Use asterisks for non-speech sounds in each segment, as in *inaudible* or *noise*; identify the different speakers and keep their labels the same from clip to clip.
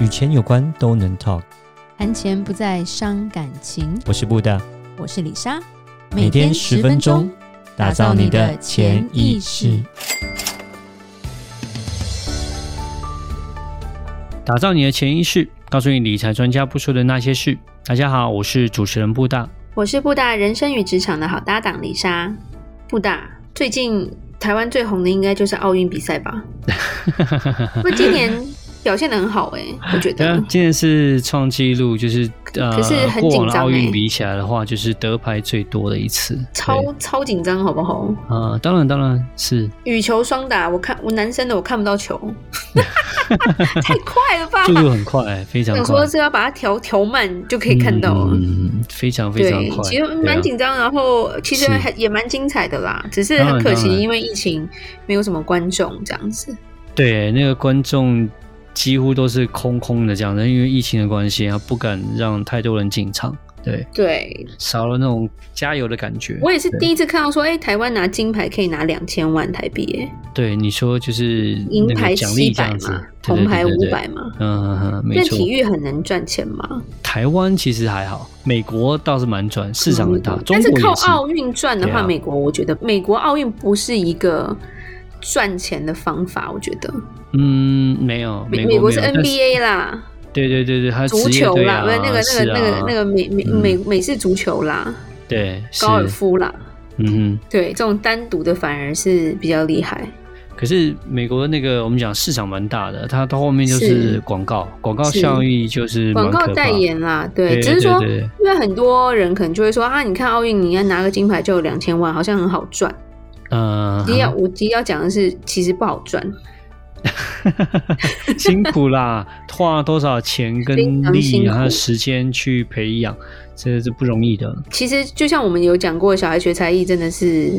Speaker 1: 与钱有关都能 talk。
Speaker 2: 谈钱不再伤感情。
Speaker 1: 我是布大，
Speaker 2: 我是李莎，
Speaker 1: 每天十分钟，打造你的潜意识，
Speaker 3: 打造你的潜意识，告诉你理财专家不说的那些事。大家好，我是主持人布大。
Speaker 2: 我是布大人生与职场的好搭档李莎。布大，最近台湾最红的应该就是奥运比赛
Speaker 3: *laughs*
Speaker 2: 吧？那今年表现的很好哎、我觉
Speaker 3: 对
Speaker 2: 得
Speaker 3: 啊，。今年是创纪录，就是呃，
Speaker 2: 可是很
Speaker 3: 过往
Speaker 2: 紧
Speaker 3: 的
Speaker 2: 张
Speaker 3: 奥
Speaker 2: 欸
Speaker 3: 运比起来的话，就是得牌最多的一次。对
Speaker 2: 超超紧张，好不好？
Speaker 3: 呃，当然当然是
Speaker 2: 羽球双打，我看我男生的我看不
Speaker 3: *laughs*
Speaker 2: 到球，太快了吧！
Speaker 3: 速度很快、非常
Speaker 2: 想
Speaker 3: 快
Speaker 2: 说，是要把它调调慢就可以看到了。
Speaker 3: 嗯，非常非常快，
Speaker 2: 其实
Speaker 3: 对啊
Speaker 2: 蛮紧张，然后其实
Speaker 3: 是
Speaker 2: 还也蛮精彩的啦，只是
Speaker 3: 当然
Speaker 2: 很可惜，
Speaker 3: 当然
Speaker 2: 因为疫情没有什么观众这样子。
Speaker 3: 对，那个观众几乎都是空空的这样的，因为疫情的关系啊，不敢让太多人进场，对，
Speaker 2: 对
Speaker 3: 少了那种加油的感觉。
Speaker 2: 我也是第一次看到说，哎、台湾拿金牌可以拿两千万台币、耶
Speaker 3: 对你说就是
Speaker 2: 银
Speaker 3: 那
Speaker 2: 牌
Speaker 3: 个奖励
Speaker 2: 七
Speaker 3: 这
Speaker 2: 百
Speaker 3: 样子
Speaker 2: 嘛，，
Speaker 3: 对
Speaker 2: 红牌五。
Speaker 3: 对对对对
Speaker 2: 百嘛。
Speaker 3: 嗯嗯嗯，没
Speaker 2: 那
Speaker 3: 错。
Speaker 2: 体育很能赚钱吗？
Speaker 3: 台湾其实还好，美国倒是蛮赚，市场很大。中
Speaker 2: 嗯但是
Speaker 3: 国
Speaker 2: 靠
Speaker 3: 也是，
Speaker 2: 奥运赚的话，
Speaker 3: 对啊
Speaker 2: 美国我觉得美国奥运不是一个赚钱的方法，我觉得
Speaker 3: 嗯，没有，
Speaker 2: 美
Speaker 3: 国
Speaker 2: 国
Speaker 3: 没
Speaker 2: 是
Speaker 3: 有但
Speaker 2: NBA 啦，
Speaker 3: 对对对对，还有
Speaker 2: 足
Speaker 3: 职业
Speaker 2: 球
Speaker 3: 队
Speaker 2: 啦，
Speaker 3: 啊，
Speaker 2: 不是那个那
Speaker 3: 是
Speaker 2: 个
Speaker 3: 啊
Speaker 2: 那个那个美美
Speaker 3: 嗯
Speaker 2: 美美式足球啦，
Speaker 3: 对是
Speaker 2: 高尔夫啦，
Speaker 3: 嗯哼。
Speaker 2: 对，这种单独的反而是比较厉害。
Speaker 3: 可是美国那个我们讲市场蛮大的，它到后面就是是广告，广告
Speaker 2: 是
Speaker 3: 效益就是蛮
Speaker 2: 广告
Speaker 3: 可怕
Speaker 2: 代言啦，对，
Speaker 3: 对
Speaker 2: 只是说，
Speaker 3: 对对
Speaker 2: 因为很多人可能就会说啊，你看奥运，你要拿个金牌就有两千万，好像很好赚。
Speaker 3: 嗯，
Speaker 2: 其实要我其实要讲的是，其实不好赚， *laughs*
Speaker 3: 辛苦啦，花了多少钱跟
Speaker 2: 非常辛
Speaker 3: 力，
Speaker 2: 苦
Speaker 3: 还有时间去培养，这是不容易的。
Speaker 2: 其实就像我们有讲过，小孩学才艺真的是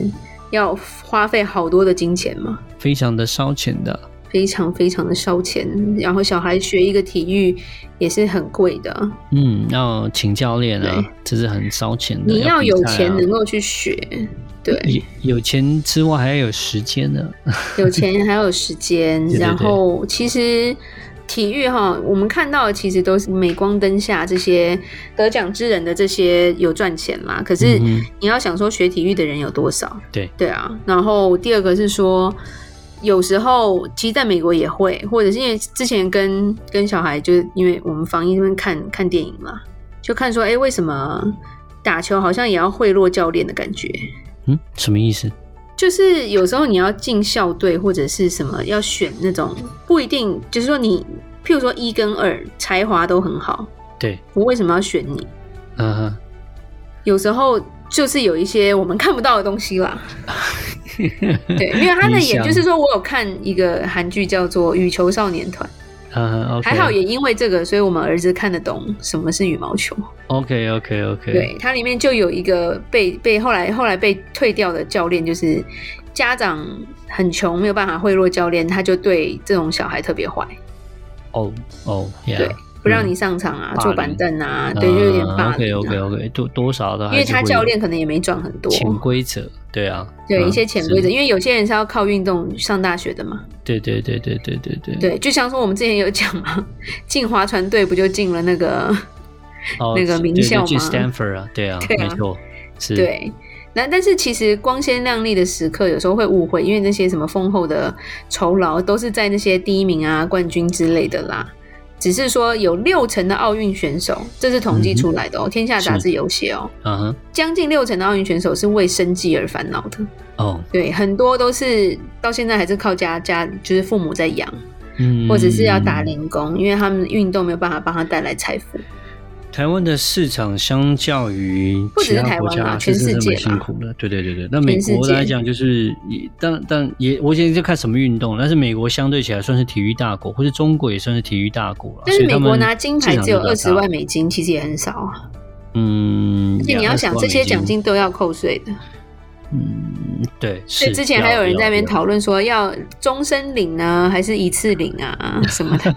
Speaker 2: 要花费好多的金钱嘛，
Speaker 3: 非常的烧钱的。
Speaker 2: 非常非常的烧钱。然后小孩学一个体育也是很贵的，
Speaker 3: 嗯，要请教练啊
Speaker 2: 对，
Speaker 3: 这是很烧钱的。
Speaker 2: 你要
Speaker 3: 比
Speaker 2: 有
Speaker 3: 赛啊
Speaker 2: 钱能够去学，对，
Speaker 3: 有有钱之外，还要有时间呢。
Speaker 2: 有钱还有时
Speaker 3: *laughs*
Speaker 2: 间，
Speaker 3: 对对对
Speaker 2: 然后其实体育哈，我们看到的其实都是镁光灯下这些得奖之人的这些有赚钱啦。可是
Speaker 3: 嗯哼
Speaker 2: 你要想说学体育的人有多少？
Speaker 3: 对
Speaker 2: 对啊。然后第二个是说，有时候其实在美国也会，或者是因为之前跟跟小孩，就是因为我们防疫那边看看电影嘛，就看说，哎，为什么打球好像也要贿赂教练的感觉？
Speaker 3: 嗯，什么意思？
Speaker 2: 就是有时候你要进校队或者是什么，要选那种不一定，就是说你，譬如说一跟二才华都很好，
Speaker 3: 对，
Speaker 2: 我为什么要选你？
Speaker 3: 嗯哼，
Speaker 2: 有时候就是有一些我们看不到的东西啦。对，因为他那
Speaker 3: 理
Speaker 2: 也
Speaker 3: 想
Speaker 2: 就是说我有看一个韩剧叫做《羽球少年团
Speaker 3: 嗯哼，OK，》，
Speaker 2: 还好也因为这个，所以我们儿子看得懂什么是羽毛球。
Speaker 3: OK OK OK，
Speaker 2: 对，它里面就有一个被被后来后来被退掉的教练，就是家长很穷，没有办法贿赂教练，他就对这种小孩特别坏，
Speaker 3: 哦哦，
Speaker 2: 对
Speaker 3: yeah，
Speaker 2: 不让你上场啊，
Speaker 3: 霸凌
Speaker 2: 坐板凳啊，对，就有点霸凌、啊。
Speaker 3: OK OK OK，多多少的，
Speaker 2: 因为他教练可能也没赚很多，
Speaker 3: 潜规则，对啊，
Speaker 2: 对
Speaker 3: 嗯
Speaker 2: 一些潜规则，
Speaker 3: 是
Speaker 2: 因为有些嗯人是要靠运动上大学的嘛。
Speaker 3: 对对对对对对对，
Speaker 2: 对，就像说我们之前有讲嘛， *laughs* 进划船队不就进了那个
Speaker 3: 哦
Speaker 2: 那个名
Speaker 3: 对对
Speaker 2: 校
Speaker 3: 去
Speaker 2: 吗
Speaker 3: Stanford 啊，对啊，
Speaker 2: 对啊
Speaker 3: 没错，是，
Speaker 2: 对，那但是其实光鲜亮丽的时刻有时候会误会，因为那些什么丰厚的酬劳都是在那些第一名啊、冠军之类的啦。只是说有六成的奥运选手，这是统计出来的哦，天下杂志有写哦，
Speaker 3: 嗯哼，
Speaker 2: 将近六成的奥运选手是为生计而烦恼的。
Speaker 3: 哦，
Speaker 2: 对，很多都是到现在还是靠家家，就是父母在养，
Speaker 3: 嗯，
Speaker 2: 或者是要打。零工，因为他们运动没有办法帮他带来财富。
Speaker 3: 台湾的市场相较于
Speaker 2: 不只
Speaker 3: 其
Speaker 2: 是
Speaker 3: 他
Speaker 2: 台
Speaker 3: 国
Speaker 2: 湾啦
Speaker 3: 家，
Speaker 2: 全世
Speaker 3: 是
Speaker 2: 界
Speaker 3: 蛮辛
Speaker 2: 啦
Speaker 3: 苦的。对对对对，那美
Speaker 2: 全世
Speaker 3: 国
Speaker 2: 界
Speaker 3: 来讲就是也，但但也，我现在就看什么运动，但是美国相对起来算是体育大国，或者中国也算是体育大国了。
Speaker 2: 但
Speaker 3: 所
Speaker 2: 是
Speaker 3: 以
Speaker 2: 美
Speaker 3: 他
Speaker 2: 国
Speaker 3: 们
Speaker 2: 拿金
Speaker 3: 市
Speaker 2: 牌
Speaker 3: 场
Speaker 2: 只有
Speaker 3: 就比较
Speaker 2: 二十
Speaker 3: 大
Speaker 2: 万美金，其实也很少啊。
Speaker 3: 嗯，
Speaker 2: 而且你要想，这些奖，金都要扣税的。
Speaker 3: 嗯，对，
Speaker 2: 所以
Speaker 3: 是
Speaker 2: 之前还有人在那边，
Speaker 3: 要
Speaker 2: 讨论说，要终身领呢，还是一次领啊什
Speaker 3: *laughs*
Speaker 2: 么的。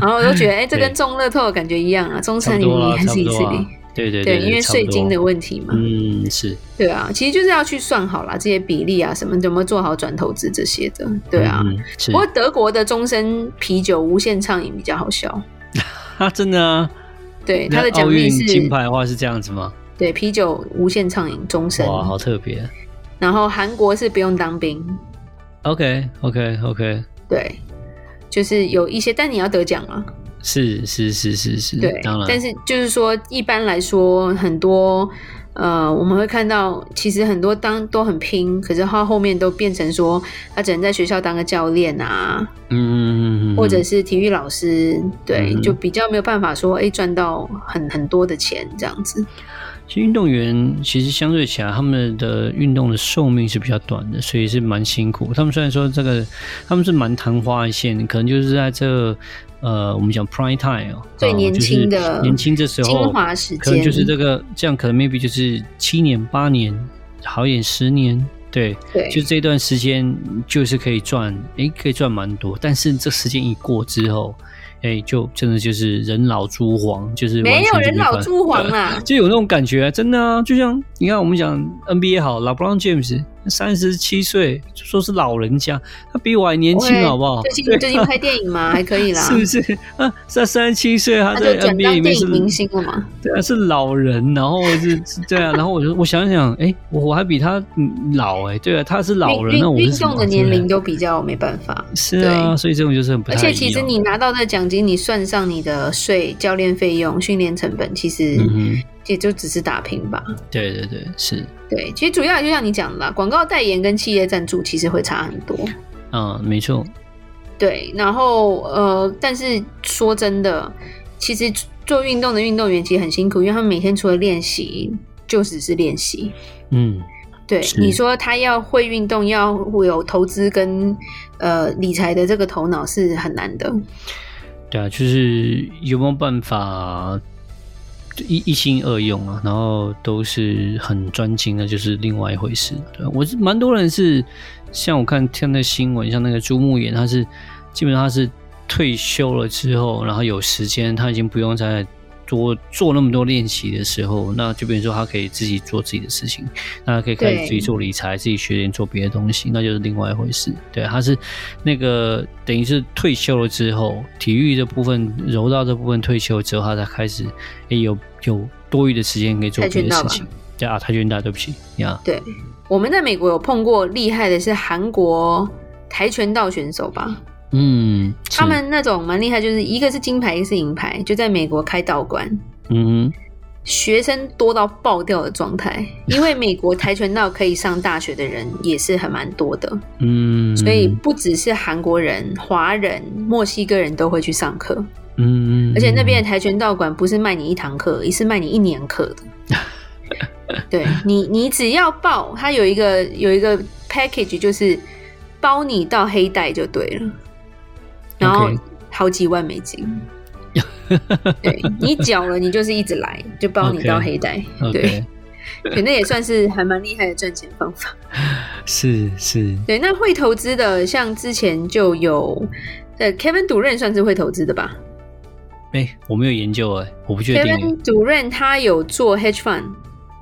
Speaker 2: 然后我都觉得，哎、这跟
Speaker 3: 对
Speaker 2: 中乐透的感觉一样啊，终
Speaker 3: 差
Speaker 2: 身
Speaker 3: 不
Speaker 2: 领
Speaker 3: 多
Speaker 2: 你
Speaker 3: 啦，
Speaker 2: 还
Speaker 3: 差
Speaker 2: 是
Speaker 3: 不
Speaker 2: 一次
Speaker 3: 多
Speaker 2: 领
Speaker 3: 啊。，对对
Speaker 2: 对，
Speaker 3: 对，
Speaker 2: 因为
Speaker 3: 差不
Speaker 2: 税金
Speaker 3: 多啊
Speaker 2: 的问题嘛，
Speaker 3: 嗯，是，
Speaker 2: 对啊，其实就是要去算好啦，这些比例啊，什么怎么做好转投资这些的，对啊。
Speaker 3: 嗯，是
Speaker 2: 不，过德国的终身啤酒无限畅饮比较好笑，
Speaker 3: *laughs* 啊，真的啊，
Speaker 2: 对，他的
Speaker 3: 那奥
Speaker 2: 奖励
Speaker 3: 运
Speaker 2: 是
Speaker 3: 金牌的话是这样子吗？
Speaker 2: 对啤酒无限畅饮终身。
Speaker 3: 哇，好特别。
Speaker 2: 然后韩国是不用当兵，
Speaker 3: OK OK OK，
Speaker 2: 对，就是有一些，但你要得奖啊，
Speaker 3: 是是是是是，
Speaker 2: 对。
Speaker 3: 嗯当然，
Speaker 2: 但是就是说，一般来说，很多呃，我们会看到，其实很多当都很拼，可是他后面都变成说，他只能在学校当个教练啊，
Speaker 3: 嗯嗯嗯嗯，
Speaker 2: 或者是体育老师，对，
Speaker 3: 嗯
Speaker 2: 就比较没有办法说，哎、赚到很很多的钱这样
Speaker 3: 哦
Speaker 2: 子。
Speaker 3: 其实运动员其实相对起来，他们的运动的寿命是比较短的，所以是蛮辛苦。他们虽然说这个，他们是蛮昙花一现的，可能就是在这呃，我们讲 prime time 哦，
Speaker 2: 最
Speaker 3: 啊
Speaker 2: 年轻的
Speaker 3: 就是年轻这时候
Speaker 2: 精华时间
Speaker 3: 可能就是这个这样，可能 maybe 就是七年八年，好一点十年，对，
Speaker 2: 对，
Speaker 3: 就这段时间就是可以赚，诶，可以赚蛮多。但是这时间一过之后，诶，就真的就是人老珠黄，就是完
Speaker 2: 没
Speaker 3: 全
Speaker 2: 有
Speaker 3: 就
Speaker 2: 人
Speaker 3: 办
Speaker 2: 老
Speaker 3: 法，
Speaker 2: 珠黄啦
Speaker 3: 就有那种感觉、真的啊！就像你看，我们讲 NBA 好，LeBron James 三十七岁，就说是老人家，他比我还 *laughs* 年轻，
Speaker 2: 喂
Speaker 3: 好不好？
Speaker 2: 最近最近拍电影嘛，还可以啦，
Speaker 3: *laughs* 是不是啊？在三十七岁，他
Speaker 2: 他就
Speaker 3: 在
Speaker 2: 转
Speaker 3: NBA 里
Speaker 2: 当
Speaker 3: 面
Speaker 2: 电
Speaker 3: 是
Speaker 2: 影明星了嘛。
Speaker 3: 对啊，是老人，然后是是对啊，然后我就我想想，哎、我我还比他嗯老哎、对啊，他是老人，
Speaker 2: 运
Speaker 3: 那我
Speaker 2: 运
Speaker 3: 是
Speaker 2: 运
Speaker 3: 什么
Speaker 2: 动的年龄都比较没办法。
Speaker 3: 是啊，所以这种就是很不太
Speaker 2: 而
Speaker 3: 一样。
Speaker 2: 且其实你拿到的奖金，你算上你的税、教练费用、训练成本，其实
Speaker 3: 嗯哼，
Speaker 2: 也就只是打平吧。
Speaker 3: 对对对，是
Speaker 2: 对，其实主要就像你讲的啦，广告代言跟企业赞助其实会差很多。
Speaker 3: 嗯，没错，
Speaker 2: 对，然后呃，但是说真的，其实做运动的运动员其实很辛苦，因为他们每天除了练习，就只是练习。
Speaker 3: 嗯
Speaker 2: 对，
Speaker 3: 是
Speaker 2: 你说他要会运动，要有投资跟呃理财的这个头脑是很难的。
Speaker 3: 对啊，就是有没有办法一一心二用啊？然后都是很专精的，就是另外一回事。对、啊，我是蛮多人是像我看看那新闻，像那个朱木炎，他是基本上他是退休了之后，然后有时间，他已经不用再多做那么多练习的时候，那就比如说他可以自己做自己的事情，那他可以开始
Speaker 2: 对
Speaker 3: 自己做理财，自己学点做别的东西，那就是另外一回事。对，他是那个等于是退休了之后，体育这部分柔道这部分退休之后，他才开始诶有有多余的时间可以做别的事
Speaker 2: 跆拳
Speaker 3: 情。对啊，跆拳道，对不起呀，
Speaker 2: 对，我们在美国有碰过厉害的是韩国跆拳道选手吧，
Speaker 3: 嗯，是
Speaker 2: 他们那种蛮厉害，就是一个是金牌，一个是银牌，就在美国开道馆，
Speaker 3: 嗯
Speaker 2: 学生多到爆掉的
Speaker 3: *laughs*
Speaker 2: 状态。因为美国跆拳道可以上大学的人也是很蛮多的，
Speaker 3: 嗯，
Speaker 2: 所以不只是韩国人、华人、墨西哥人都会去上课，
Speaker 3: 嗯，嗯
Speaker 2: 而且那边的跆拳道馆不是卖你一堂课，也是卖你一年课的。
Speaker 3: *laughs*
Speaker 2: 对你，你只要报，它有一个有一个 package，就是包你到黑带就对了，然后
Speaker 3: OK
Speaker 2: 好几万美
Speaker 3: *laughs*
Speaker 2: 金。对你缴了，你就是一直来，就包你
Speaker 3: OK
Speaker 2: 到黑带。对
Speaker 3: OK，
Speaker 2: 可那也算是还蛮厉害的赚钱方法。
Speaker 3: 是是，
Speaker 2: 对，那会投资的，像之前就有，呃，Kevin 主任算是会投资的吧
Speaker 3: 哎、我没有研究哎、我不确定欸。
Speaker 2: ？Kevin 主任他有做 hedge fund，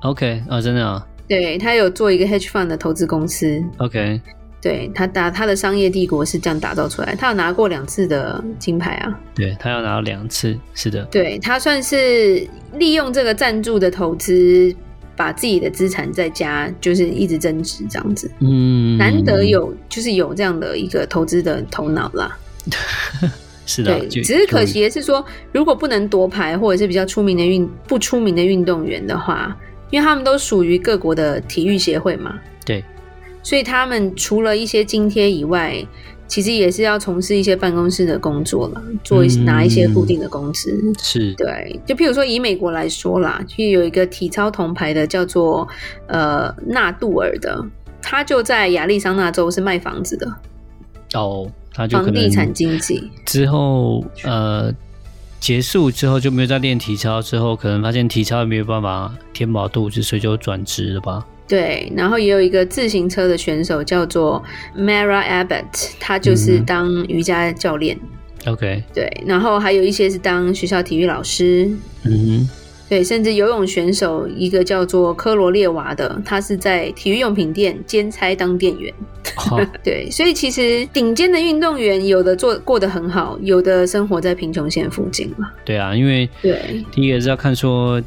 Speaker 3: OK 啊，真的啊
Speaker 2: 对他有做一个 hedge fund 的投资公司，
Speaker 3: ，OK，
Speaker 2: 对他打他的商业帝国是这样打造出来，他有拿过两次的金牌啊，
Speaker 3: 对他要拿到两次，是的，
Speaker 2: 对他算是利用这个赞助的投资，把自己的资产在家就是一直增值这样子，
Speaker 3: 嗯，
Speaker 2: 难得有就是有这样的一个投资的头脑啦，
Speaker 3: 是的啊
Speaker 2: 对，，
Speaker 3: 就
Speaker 2: 只是可惜，的是说，如果不能夺牌或者是比较出名的运不出名的运动员的话，因为他们都属于各国的体育协会嘛，
Speaker 3: 对，
Speaker 2: 所以他们除了一些津贴以外，其实也是要从事一些办公室的工作啦，做一些
Speaker 3: 嗯
Speaker 2: 拿一些固定的工资。
Speaker 3: 是
Speaker 2: 对，就譬如说以美国来说啦，就有一个体操铜牌的叫做呃纳杜尔的，他就在亚利桑那州是卖房子的，
Speaker 3: 哦，他就可
Speaker 2: 房
Speaker 3: 能
Speaker 2: 地产经济。
Speaker 3: 之后呃结束之后就没有再练体操，之后可能发现体操没有办法填饱肚子，所以就转职了吧？
Speaker 2: 对，然后也有一个自行车的选手叫做 Mara Abbott，他就是
Speaker 3: 嗯
Speaker 2: 当瑜伽教练。
Speaker 3: OK，
Speaker 2: 对，然后还有一些是当学校体育老师，
Speaker 3: 嗯哼，
Speaker 2: 对，甚至游泳选手一个叫做科罗列娃的，他是在体育用品店兼差当店员。
Speaker 3: *laughs* 好，
Speaker 2: 对，所以其实顶尖的运动员，有的做过得很好，有的生活在贫穷线附近嘛。
Speaker 3: 对啊，因为
Speaker 2: 对，
Speaker 3: 第一个是要看说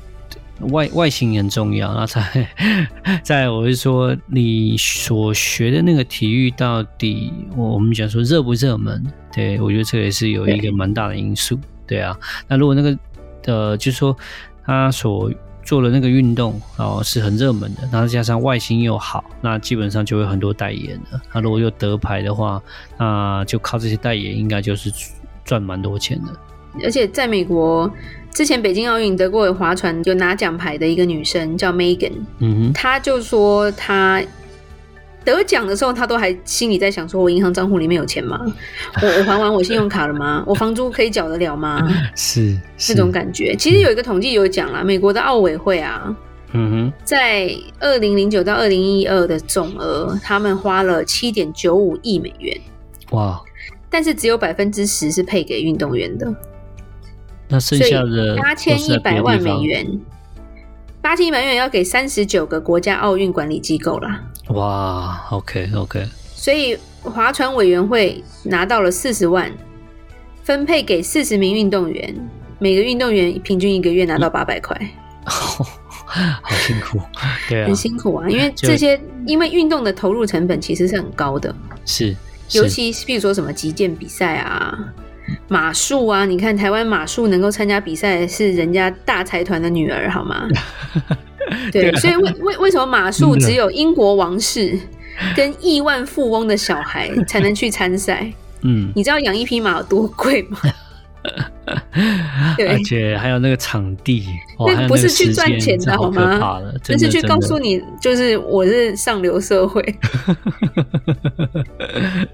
Speaker 3: 外外形很重要，那再 *laughs* 再我是说你所学的那个体育到底，我我们讲说热不热门，对我觉得这也是有一
Speaker 2: 对
Speaker 3: 个蛮大的因素，对啊。那如果那个呃，就是说他所做的那个运动，然后是很热门的，然后加上外形又好，那基本上就会很多代言了。那如果又得牌的话，那就靠这些代言，应该就是赚蛮多钱的。
Speaker 2: 而且在美国之前北京奥运得过划船有拿奖牌的一个女生叫 Megan，
Speaker 3: 嗯哼，
Speaker 2: 她就说她。得奖的时候，她都还心里在想：说我银行账户里面有钱吗？
Speaker 3: 嗯
Speaker 2: 我我还完我信用卡了
Speaker 3: *laughs*
Speaker 2: 吗？我房租可以缴得了吗？
Speaker 3: 是嗯是
Speaker 2: 这种感觉。其实有一个统计有讲啦，美国的奥委会啊，
Speaker 3: 嗯
Speaker 2: 在二零零九到二零一二的总额，他们花了七点九五亿美元，
Speaker 3: 哼，哇，
Speaker 2: 但是只有百分之十是配给运动员的，
Speaker 3: 那剩
Speaker 2: 所以
Speaker 3: 下的
Speaker 2: 八千一百万美，元，八千一百万美元要给三十九个国家奥运管理机构啦。
Speaker 3: 哇，OK OK，
Speaker 2: 所以划船委员会拿到了四十万，分配给四十名运动员，每个运动员平均一个月拿
Speaker 3: 嗯
Speaker 2: 到八百块。
Speaker 3: 好辛苦， *laughs* 对啊
Speaker 2: 很，辛苦啊，因为
Speaker 3: 就
Speaker 2: 这些因为运动的投入成本其实是很高的，
Speaker 3: 是，
Speaker 2: 尤
Speaker 3: 是
Speaker 2: 其是比如说什么击剑比赛啊、马术啊，你看台湾马术能够参加比赛是人家大财团的女儿，好
Speaker 3: *laughs*
Speaker 2: 吗？对，
Speaker 3: 啊
Speaker 2: 所以为为为什么马术
Speaker 3: 真的
Speaker 2: 只有英国王室跟亿万富翁的小孩才能去参赛？
Speaker 3: 嗯，
Speaker 2: 你知道养一匹马有多贵吗？对
Speaker 3: 而且还有那个场地，哇
Speaker 2: 那
Speaker 3: 还有
Speaker 2: 不
Speaker 3: 个
Speaker 2: 是去
Speaker 3: 时
Speaker 2: 赚
Speaker 3: 间
Speaker 2: 钱的
Speaker 3: 这好
Speaker 2: 好
Speaker 3: 可
Speaker 2: 吗
Speaker 3: 怕了
Speaker 2: 那
Speaker 3: *laughs* 真
Speaker 2: 是
Speaker 3: 的
Speaker 2: 去
Speaker 3: 真
Speaker 2: 告
Speaker 3: 的
Speaker 2: 诉你，就是我是上流社会， *laughs*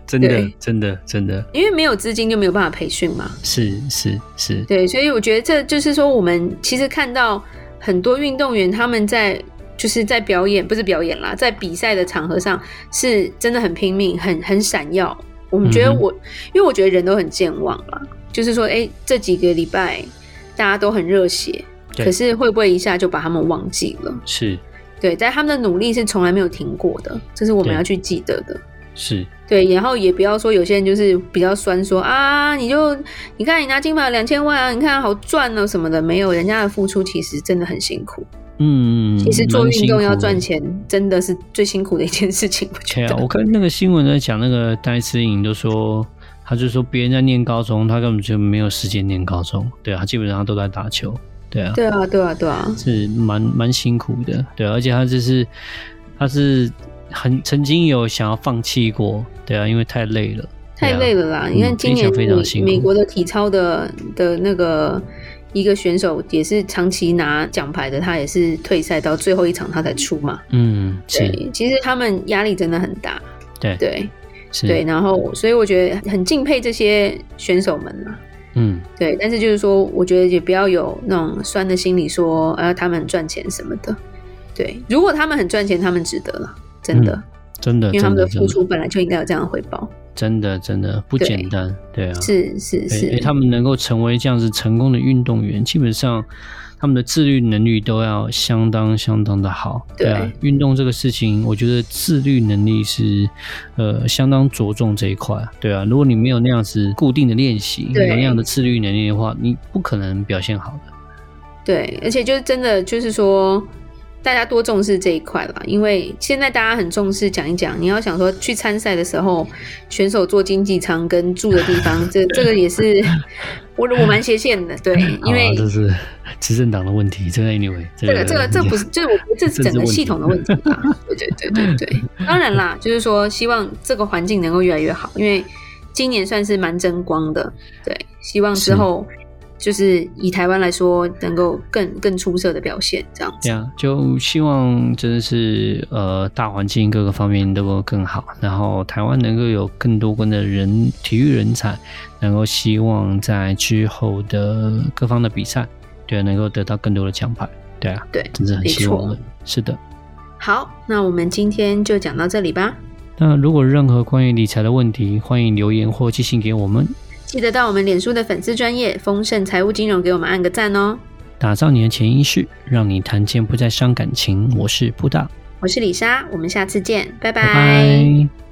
Speaker 3: 真的
Speaker 2: 对
Speaker 3: 真的真的
Speaker 2: 因为没有资金就没有办法培训嘛。
Speaker 3: 是是是，
Speaker 2: 对，所以我觉得这就是说，我们其实看到很多运动员他们在就是在表演，不是表演啦，在比赛的场合上是真的很拼命，很很闪耀。我们觉得
Speaker 3: 嗯哼
Speaker 2: 我，因为我觉得人都很健忘啦，就是说，哎，这几个礼拜大家都很热血，
Speaker 3: 对
Speaker 2: 可是会不会一下就把他们忘记了？
Speaker 3: 是
Speaker 2: 对，但他们的努力是从来没有停过的，这是我们
Speaker 3: 对
Speaker 2: 要去记得的。
Speaker 3: 是，
Speaker 2: 对，然后也不要说有些人就是比较酸说啊，你就你看你拿金牌两千万啊，你看好赚哦什么的，没有人家的付出其实真的很辛苦。
Speaker 3: 嗯，
Speaker 2: 其实做
Speaker 3: 蛮
Speaker 2: 运
Speaker 3: 辛
Speaker 2: 动要
Speaker 3: 苦的
Speaker 2: 赚。钱，真的是最辛苦的一件事情，我
Speaker 3: 对
Speaker 2: 觉
Speaker 3: 啊，
Speaker 2: 得。
Speaker 3: 我看那个新闻在讲那个戴思颖，就说他就说别人在念高中，他根本就没有时间念高中，对啊，他基本上都在打球，对啊，
Speaker 2: 对啊，对啊，对啊，
Speaker 3: 是蛮蛮辛苦的，对啊，而且他就是他是很曾经有想要放弃过，对啊，因为太累了，对
Speaker 2: 太
Speaker 3: 啊
Speaker 2: 累了啦！
Speaker 3: 嗯
Speaker 2: 你看今年
Speaker 3: 非常非常辛
Speaker 2: 美
Speaker 3: 苦
Speaker 2: 美国的体操的的那个一个选手也是长期拿奖牌的，他也是退赛到最后一场他才出嘛。
Speaker 3: 嗯，是，
Speaker 2: 对，其实他们压力真的很大。
Speaker 3: 对
Speaker 2: 对，
Speaker 3: 是，
Speaker 2: 对，，然后所以我觉得很敬佩这些选手们啊。
Speaker 3: 嗯，
Speaker 2: 对，但是就是说，我觉得也不要有那种酸的心理说，呃，他们很赚钱什么的。对，如果他们很赚钱，他们值得了，真的，
Speaker 3: 真的，
Speaker 2: 因为他
Speaker 3: 真
Speaker 2: 们
Speaker 3: 的，
Speaker 2: 的
Speaker 3: 嗯真
Speaker 2: 付
Speaker 3: 的，
Speaker 2: 出本来就应该有这样的回报。
Speaker 3: 真的，真的不
Speaker 2: 对
Speaker 3: 简单，对啊，
Speaker 2: 是是
Speaker 3: 对，因为
Speaker 2: 是，
Speaker 3: 他们能够成为这样子成功的运动员，基本上他们的自律能力都要相当相当的好。
Speaker 2: 对
Speaker 3: 啊，运动这个事情，我觉得自律能力是呃相当着重这一块。对啊，如果你没有那样子固定的练习，没
Speaker 2: 对
Speaker 3: 有那样的自律能力的话，你不可能表现好的。
Speaker 2: 对，而且就是真的就是说。大家多重视这一块啦，因为现在大家很重视讲一讲。你要想说去参赛的时候，选手坐经济舱跟住的地方， *laughs* 这这个也是我我蛮斜线的，对，因为
Speaker 3: 啊、这是执政党的问题，这个 anyway，这
Speaker 2: 这
Speaker 3: 个
Speaker 2: 个这个这不是，就是我觉得这是整个系统的问题 *laughs* 吧？对对对对对，当然啦，就是说希望这个环境能够越来越好，因为今年算是蛮争光的，对，希望之后就是以台湾来说，能够更更出色的表现，这样
Speaker 3: 对
Speaker 2: 子。
Speaker 3: 啊，就希望真的是呃，大环境各个方面都会更好，然后台湾能够有更多更的人体育人才，能够希望在之后的各方的比赛，对啊、能够得到更多的奖牌，对啊，
Speaker 2: 对，
Speaker 3: 真是很
Speaker 2: 没
Speaker 3: 希望
Speaker 2: 错
Speaker 3: 的。是的，
Speaker 2: 好，那我们今天就讲到这里吧。
Speaker 3: 那如果任何关于理财的问题，欢迎留言或寄信给我们。
Speaker 2: 记得到我们脸书的粉丝专业丰盛财务金融给我们按个赞哦。
Speaker 3: 打造你的潜意识，让你谈钱不再伤感情。我是布大，
Speaker 2: 我是李莎，我们下次见，拜
Speaker 3: 拜拜